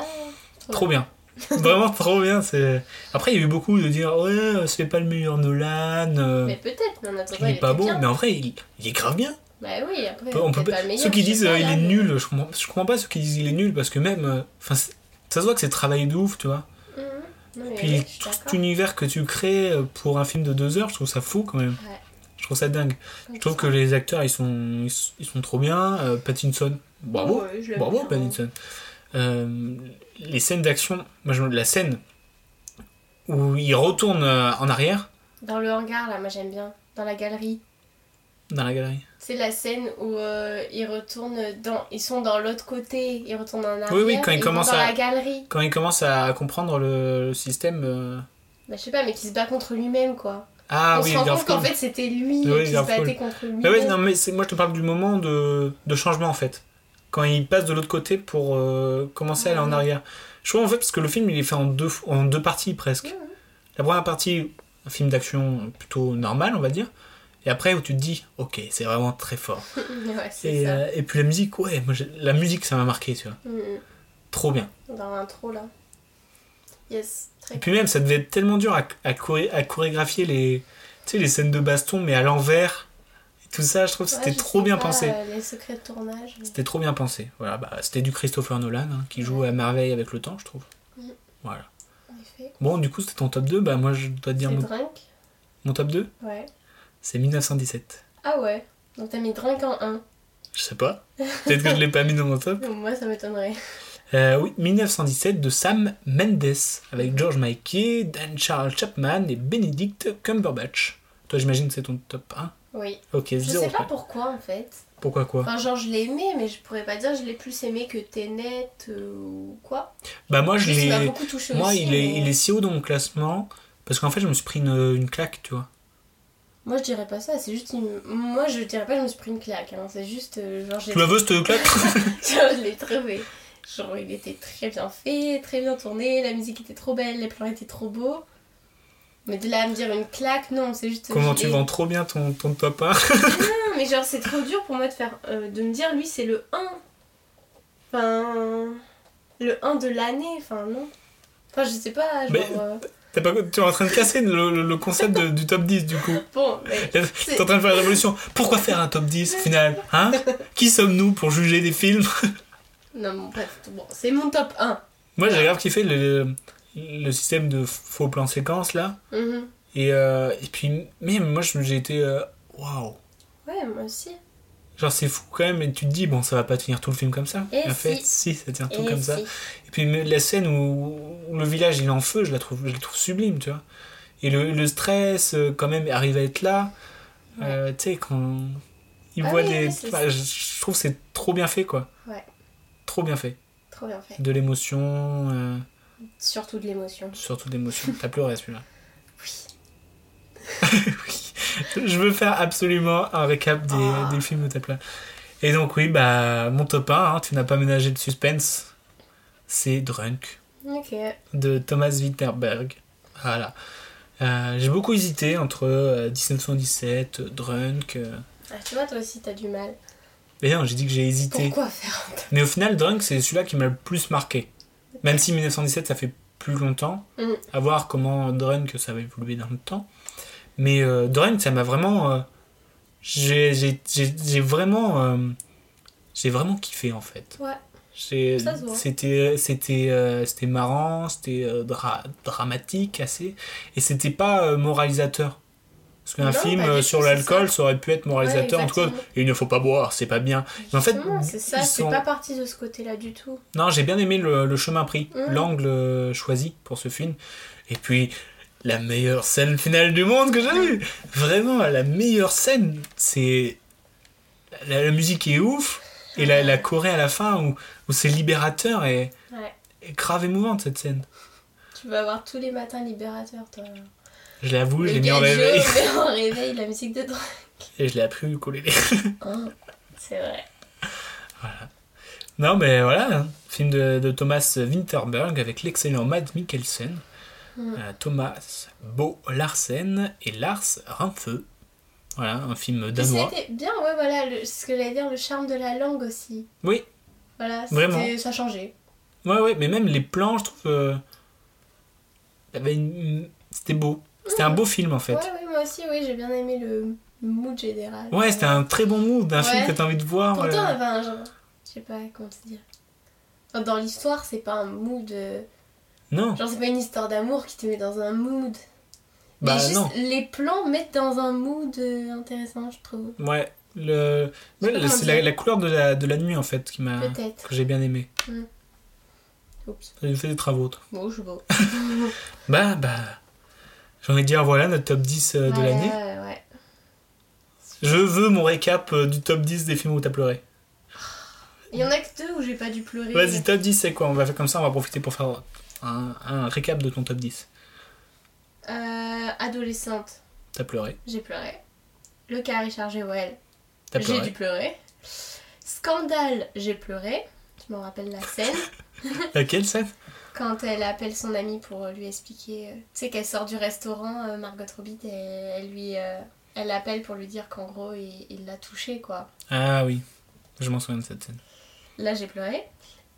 I: trop bien. Vraiment trop bien. C'est... Après, il y a eu beaucoup de dire Ouais, euh, c'est pas le meilleur Nolan. euh,
J: Mais peut-être, mais en attendant,
I: il est pas
J: était
I: bon.
J: bien.
I: Mais en vrai, il, il est grave bien.
J: Bah oui, après,
I: On peut
J: peut
I: pas-
J: pas le meilleur,
I: ceux qui
J: je sais
I: disent
J: pas,
I: euh, il
J: là,
I: est
J: mais-
I: nul, je comprends, je comprends pas ceux qui disent il est nul parce que même. euh, Enfin, c'est- ça se voit que c'est travaillé de ouf, tu vois.
J: Mhm. Non, mais
I: Puis
J: oui, je suis
I: tout
J: d'accord.
I: l'univers que tu crées euh, pour un film de deux heures, je trouve ça fou quand même.
J: Ouais.
I: Je trouve ça dingue. Je trouve que les acteurs ils sont, ils sont- ils sont trop bien. Euh, Pattinson, bravo,
J: Ouais, je l'aime
I: bravo
J: bien,
I: Pattinson. Euh, les scènes d'action, moi je me- la scène où il retourne euh, en arrière
J: Dans le hangar, là, moi j'aime bien. Dans la galerie.
I: dans la galerie.
J: C'est la scène où euh, ils retournent dans. Ils sont dans l'autre côté, ils retournent en arrière.
I: Oui, oui, quand ils
J: et vont
I: commencent
J: dans
I: à-
J: la galerie.
I: Quand il commence à comprendre le, le système. euh,
J: Bah, je sais pas, mais qui se bat contre lui-même, quoi.
I: Ah
J: On
I: oui,
J: se rend
I: grave
J: compte qu'en
I: cool.
J: fait c'était lui
I: Oui,
J: qui se
I: Garfield.
J: battait contre lui.
I: Bah ouais, non, mais c'est- moi je te parle du moment de, de changement en fait. Quand il passe de l'autre côté pour euh, commencer à aller en arrière. Je trouve en fait parce que le film il est fait en deux, f- en deux parties presque.
J: Mhm.
I: La première partie, un film d'action plutôt normal on va dire. Et après où tu te dis, ok, c'est vraiment très fort.
J: ouais, c'est
I: Et,
J: ça.
I: euh, et puis la musique, ouais, moi, j'ai- la musique ça m'a marqué, tu vois.
J: Mhm.
I: Trop bien.
J: Dans l'intro, là. Yes, très
I: Et puis même ça devait être tellement dur à, à, choré- à chorégraphier les, tu sais, les scènes de baston mais à l'envers. Et tout ça, je trouve que
J: Ouais,
I: c'était
J: je
I: trop
J: sais
I: bien
J: pas,
I: pensé.
J: euh, les secrets de tournage.
I: C'était trop bien pensé. Voilà, bah, c'était du Christopher Nolan hein, qui joue à merveille avec le temps, je trouve.
J: Mhm.
I: Voilà.
J: En effet.
I: Bon, du coup, c'était ton top 2. Bah, moi, je dois te dire
J: C'est
I: mon,
J: Drunk
I: mon top 2.
J: Ouais.
I: C'est 1917.
J: Ah ouais. Donc t'as mis Drunk en 1.
I: Je sais pas. Peut-être que je l'ai pas mis dans mon top.
J: Moi, ça m'étonnerait.
I: Euh, oui, 1917 de Sam Mendes avec George Mikey, Dan Charles Chapman et Benedict Cumberbatch. Toi, j'imagine que c'est ton top 1.
J: Oui.
I: Ok,
J: Je
I: zéro.
J: sais pas
I: quoi.
J: pourquoi, en fait.
I: Pourquoi quoi
J: Enfin, genre, je l'ai aimé, mais je pourrais pas dire je l'ai plus aimé que Tenet euh, ou quoi.
I: Bah, moi, je
J: Juste, il m'a
I: l'ai.
J: beaucoup touché
I: Moi,
J: aussi.
I: il est,
J: mais-
I: il est si haut dans mon classement parce qu'en fait, je me suis pris une, une claque, tu vois.
J: Moi, je dirais pas ça. C'est juste. une- Moi, je dirais pas je me suis pris une claque. hein. C'est juste. euh, Genre, j'ai
I: Tu la veux, cette claque
J: Je l'ai trouvé. Genre, il était très bien fait, très bien tourné, la musique était trop belle, les plans étaient trop beaux. Mais de là à me dire une claque, non, c'est juste.
I: Comment
J: je
I: tu
J: l'ai-
I: vends trop bien ton, ton top 1
J: Non, mais genre, c'est trop dur pour moi de, faire, euh, de me dire, lui, c'est le 1. Enfin. Le 1 de l'année, enfin, non. Enfin, je sais pas, genre.
I: Mais-
J: euh,
I: T'as pas- Tu es en train de casser le, le- le concept de- du top 10 du coup.
J: Bon, mais.
I: T'es en train de faire la révolution. Pourquoi faire un top 10 au final Hein Qui sommes-nous pour juger des films
J: Non, bon, bref, bon, c'est mon top 1.
I: Moi j'ai grave kiffé le, le système de faux plan séquence là.
J: Mhm.
I: Et, euh, et puis même moi je- j'ai été... euh, Waouh
J: Ouais, moi aussi.
I: Genre c'est fou quand même et tu te dis bon ça va pas tenir tout le film comme ça.
J: Et
I: en fait si
J: si.
I: ça tient tout
J: Et
I: comme ça.
J: si.
I: Et puis mais la scène où, où le village il est en feu, je la trouve, je la trouve sublime, tu vois. Et le, le stress, euh, quand même, arrive à être là. Euh, tu sais, quand il
J: Ah
I: voit
J: oui,
I: des.
J: oui, c'est
I: enfin, je, je trouve que c'est trop bien fait, quoi.
J: Ouais.
I: Trop bien fait.
J: Trop bien fait.
I: De l'émotion, euh,
J: Surtout de l'émotion.
I: surtout de l'émotion. T'as pleuré à celui-là.
J: Oui.
I: Je veux faire absolument un récap des,
J: Ah.
I: des films où t'as pleuré. Et donc, oui, bah, mon top 1, hein, tu n'as pas ménagé le suspense, c'est Drunk.
J: Ok.
I: de Thomas Winterberg. Voilà. Euh, j'ai beaucoup hésité entre euh, 1917, euh, Drunk. euh,
J: Ah, tu vois, toi aussi, t'as du mal.
I: Mais non, j'ai dit que j'ai hésité.
J: Pourquoi faire un
I: Mais au final, Drunk, c'est celui-là qui m'a le plus marqué. Même si 1917, ça fait plus longtemps.
J: Mm.
I: À voir comment Drunk, ça va évoluer dans le temps. Mais euh, Drunk, ça m'a vraiment. euh, j'ai, j'ai, j'ai- j'ai vraiment. euh, j'ai vraiment kiffé en fait.
J: Ouais.
I: J'ai-
J: Ça se voit.
I: C'était c'était euh, c'était marrant, c'était euh, dra- dramatique assez et c'était pas euh, moralisateur. Parce qu'un
J: Non,
I: film
J: pas du
I: euh,
J: tout,
I: sur
J: c'est
I: l'alcool, ça. aurait pu être moralisateur. en tout cas,
J: exactement.
I: il ne faut pas boire, c'est pas bien. Mais en fait,
J: Justement, c'est ça,
I: ils
J: c'est
I: sont-
J: pas parti de ce côté-là du tout.
I: non, j'ai bien aimé le, le chemin pris,
J: Mm.
I: l'angle euh, choisi pour ce film. Et puis, la meilleure scène finale du monde que j'ai vue. Vraiment, la meilleure scène, c'est. La, la musique est ouf, et la, la Corée à la fin où, où c'est libérateur est,
J: Ouais.
I: est grave émouvante cette scène.
J: Tu vas avoir tous les matins libérateur, toi.
I: Je l'avoue, je
J: Les
I: l'ai mis en
J: gadgets,
I: réveil,
J: mais en réveil, la musique de drogue.
I: et je l'ai appris au ukulélé.
J: Hein, c'est vrai.
I: Non, mais voilà, hein. film de, de Thomas Winterberg avec l'excellent Matt Mikkelsen,
J: Mm.
I: euh, Thomas Bo Larsen et Lars Rampfeu. Voilà, un film
J: Puis
I: danois.
J: C'était bien, ouais, voilà, le- ce que j'allais dire, le charme de la langue aussi.
I: Oui,
J: Voilà,
I: Vraiment.
J: c'était- ça changeait.
I: ouais, ouais, mais même les plans, je trouve. euh, il y avait une- C'était beau. C'était un beau film en fait.
J: Mm. Ouais, ouais, moi aussi, oui, j'ai bien aimé le mood général.
I: Ouais, c'était un très bon mood, d'un film
J: Ouais.
I: que t'as envie de voir.
J: Pourtant,
I: euh,
J: enfin, genre, je sais pas comment te dire. Enfin, Dans l'histoire, c'est pas un mood. euh,
I: Non,
J: Genre, c'est pas une histoire d'amour qui te met dans un mood.
I: bah
J: mais juste,
I: non.
J: les plans mettent dans un mood euh, intéressant, je trouve.
I: Ouais, le...
J: Je sais pas
I: ouais,
J: comment
I: c'est la,
J: dire.
I: la couleur de la, de la nuit en fait qui m'a
J: Peut-être.
I: que j'ai bien aimé.
J: Oups.
I: T'as fait des travaux. toi.
J: Bon, je suis beau.
I: Bah, bah. J'ai envie de dire, voilà notre top 10 euh, de
J: Ouais,
I: l'année.
J: ouais, ouais.
I: Je veux mon récap euh, du top 10 des films où t'as pleuré.
J: Il y en a que deux où j'ai pas dû pleurer.
I: Vas-y, top 10, c'est quoi On va faire comme ça, on va profiter pour faire un, un récap de ton top 10.
J: Euh, adolescente,
I: T'as pleuré.
J: j'ai pleuré. Le carré chargé Well,
I: T'as
J: j'ai
I: pleuré.
J: dû pleurer. Scandale, j'ai pleuré. Je me rappelle la scène
I: Laquelle scène
J: quand elle appelle son amie pour lui expliquer. euh, tu sais qu'elle sort du restaurant, euh, Margot Robbie, et elle lui, euh, elle l'appelle pour lui dire qu'en gros il il l'a touchée quoi.
I: Ah oui, je m'en souviens de cette scène.
J: Là j'ai pleuré.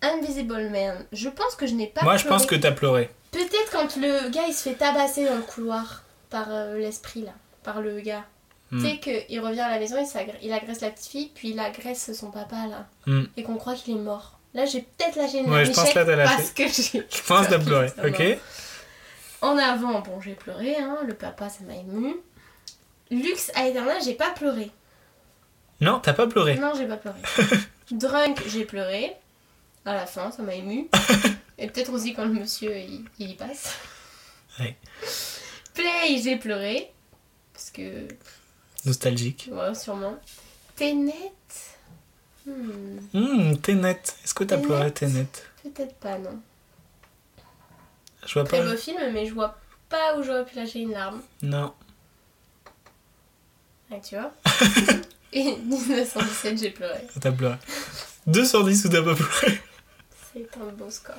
J: Invisible Man, je pense que je n'ai pas.
I: Moi, je
J: pleuré.
I: pense que t'as pleuré.
J: Peut-être quand le gars il se fait tabasser dans le couloir par euh, l'esprit là, par le gars.
I: Hmm.
J: Tu sais qu'il revient à la maison, il, s'agresse- il agresse la petite fille, puis il agresse son papa là.
I: Hmm.
J: Et qu'on croit qu'il est mort. Là j'ai peut-être lâché une
I: Ouais, je
J: larme
I: pense que là, t'as lâché.
J: parce que j'ai...
I: Je pense que t'as pleuré.
J: Ça va.
I: Ok
J: En avant, bon j'ai pleuré, hein, le papa ça m'a ému. Luxe à éternel, j'ai pas pleuré.
I: Non, t'as pas pleuré.
J: Non, j'ai pas pleuré. Drunk, j'ai pleuré. À la fin, ça m'a ému. Et peut-être aussi quand le monsieur il, il y passe.
I: Ouais.
J: Play, j'ai pleuré. Parce que.
I: Nostalgique.
J: Ouais, sûrement. Tenet Hmm,
I: Hum, t'es nette. Est-ce que t'as
J: Tenet.
I: pleuré, t'es nette
J: Peut-être pas, non.
I: Je vois
J: Très
I: pas.
J: beau film, mais je vois pas où j'aurais pu lâcher une larme.
I: Non.
J: Ah, tu vois Et 1917, j'ai pleuré.
I: T'as pleuré. 210 ou t'as pas pleuré
J: C'est un beau score.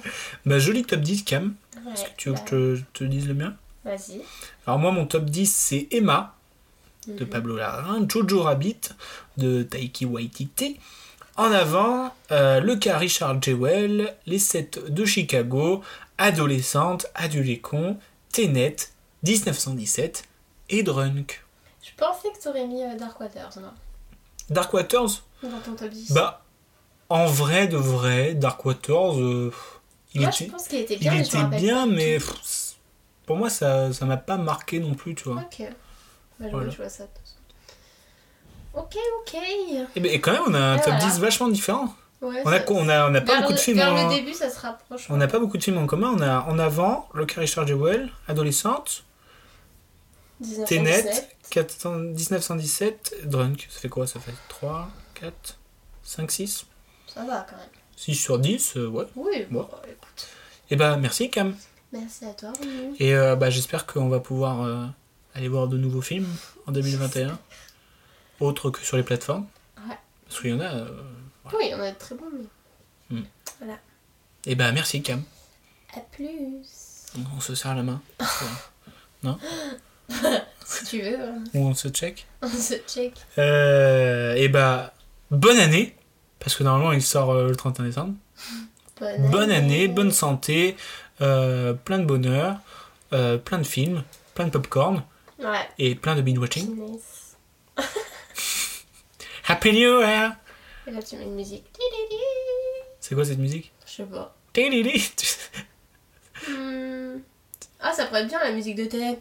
I: Bah joli top 10 Cam.
J: Ouais,
I: Est-ce que tu veux
J: bah,
I: que je te, te dise le mien
J: Vas-y.
I: Alors moi mon top 10 c'est Emma de
J: Mhm.
I: Pablo Larrain, Jojo Rabbit de Taiki Waititi. En avant, euh, le cas Richard Jewell, Les 7 de Chicago, Adolescente, Adulécon, Tenet, 1917 et Drunk.
J: Je pensais que t'aurais mis euh, Dark Waters, moi,
I: Dark Waters
J: dans ton top 10.
I: Bah, en vrai de vrai, Dark Waters, euh, il
J: Moi,
I: était...
J: je pense qu'il était bien,
I: Il
J: mais je me
I: était
J: rappelle
I: bien,
J: pas
I: mais pff, pour moi, ça ça m'a pas marqué non plus, tu
J: tout.
I: vois.
J: Ok. Bah, je
I: Voilà.
J: vois ça. de toute façon. Ok, ok.
I: Et, ben, et quand même, on a un
J: Et
I: top
J: voilà.
I: 10 vachement différent.
J: Ouais,
I: On a,
J: ça-
I: quoi- on a, on a pas
J: vers
I: beaucoup
J: le-
I: de films
J: Vers
I: en...
J: le début, ça se rapproche.
I: On n'a pas beaucoup de films en commun. On a En Avant, Le Carrie Charge Jewel, Adolescente,
J: 1917.
I: Tenet, 400 1917, Drunk. Ça fait quoi Ça fait 3, 4, 5, 6
J: Ça va quand même.
I: 6 sur 10, euh, ouais.
J: Oui,
I: Bon.
J: bon, écoute.
I: Et bah, merci Cam.
J: Merci à toi, Romu.
I: Et euh, bah, j'espère qu'on va pouvoir euh, aller voir de nouveaux films en 2021. Autres que sur les plateformes.
J: Ouais.
I: Parce qu'il y en a. euh,
J: Oui, on a de très bons, mais.
I: Hmm.
J: Voilà.
I: Eh ben merci Cam,
J: À plus.
I: on se serre la main.
J: Si tu veux, hein.
I: Ou on se check.
J: on se check.
I: Euh, eh ben bonne année, parce que normalement il sort euh, le 31 décembre.
J: Bonne,
I: Bonne année, bonne santé, euh, plein de bonheur, euh, plein de films, plein de popcorn
J: Ouais.
I: et plein de binge watching.
J: Finesse.
I: Happy New Year
J: Et là, tu mets une musique.
I: C'est quoi cette musique
J: Je sais pas.
I: Tilili.
J: Hmm. Ah, ça pourrait être bien la musique de Tenet.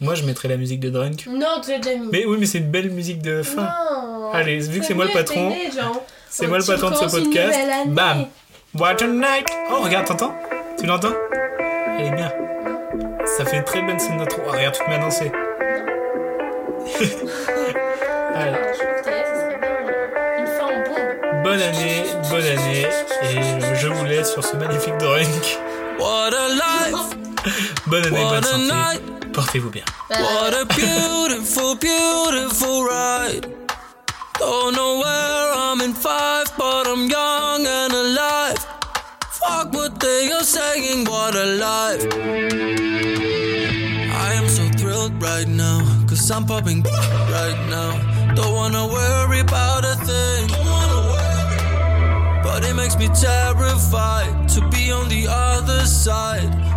I: Moi je mettrais la musique de Drunk.
J: Non, tu l'as déjà mis.
I: Mais oui mais c'est une belle musique de fin.
J: Non.
I: Allez, vu que c'est moi le
J: mieux,
I: patron,
J: t'es né, genre.
I: C'est
J: On
I: moi le
J: te
I: patron de ce
J: commence une
I: podcast.
J: nouvelle année.
I: Bam What a night Oh regarde, t'entends Tu l'entends Elle est bien. Ça fait une très bonne scène d'intro. Ah, regarde, tu te mets à danser. Voilà.
J: Alors, je trouve que ça serait bien euh, une fin en bombe.
I: Bonne année, bonne année, et je vous laisse sur ce magnifique drink.
A: What a life,
I: Bonne année,
A: what
I: bonne
A: a
I: santé.
A: night,
I: Portez-vous bien.
J: Bah,
A: what a beautiful, beautiful ride. Don't know where I'm in five, but I'm young and alive. Fuck what they are saying, what a life. I am so thrilled right now, cause I'm popping right now. Don't wanna worry about a thing. But it makes me terrified to be on the other side.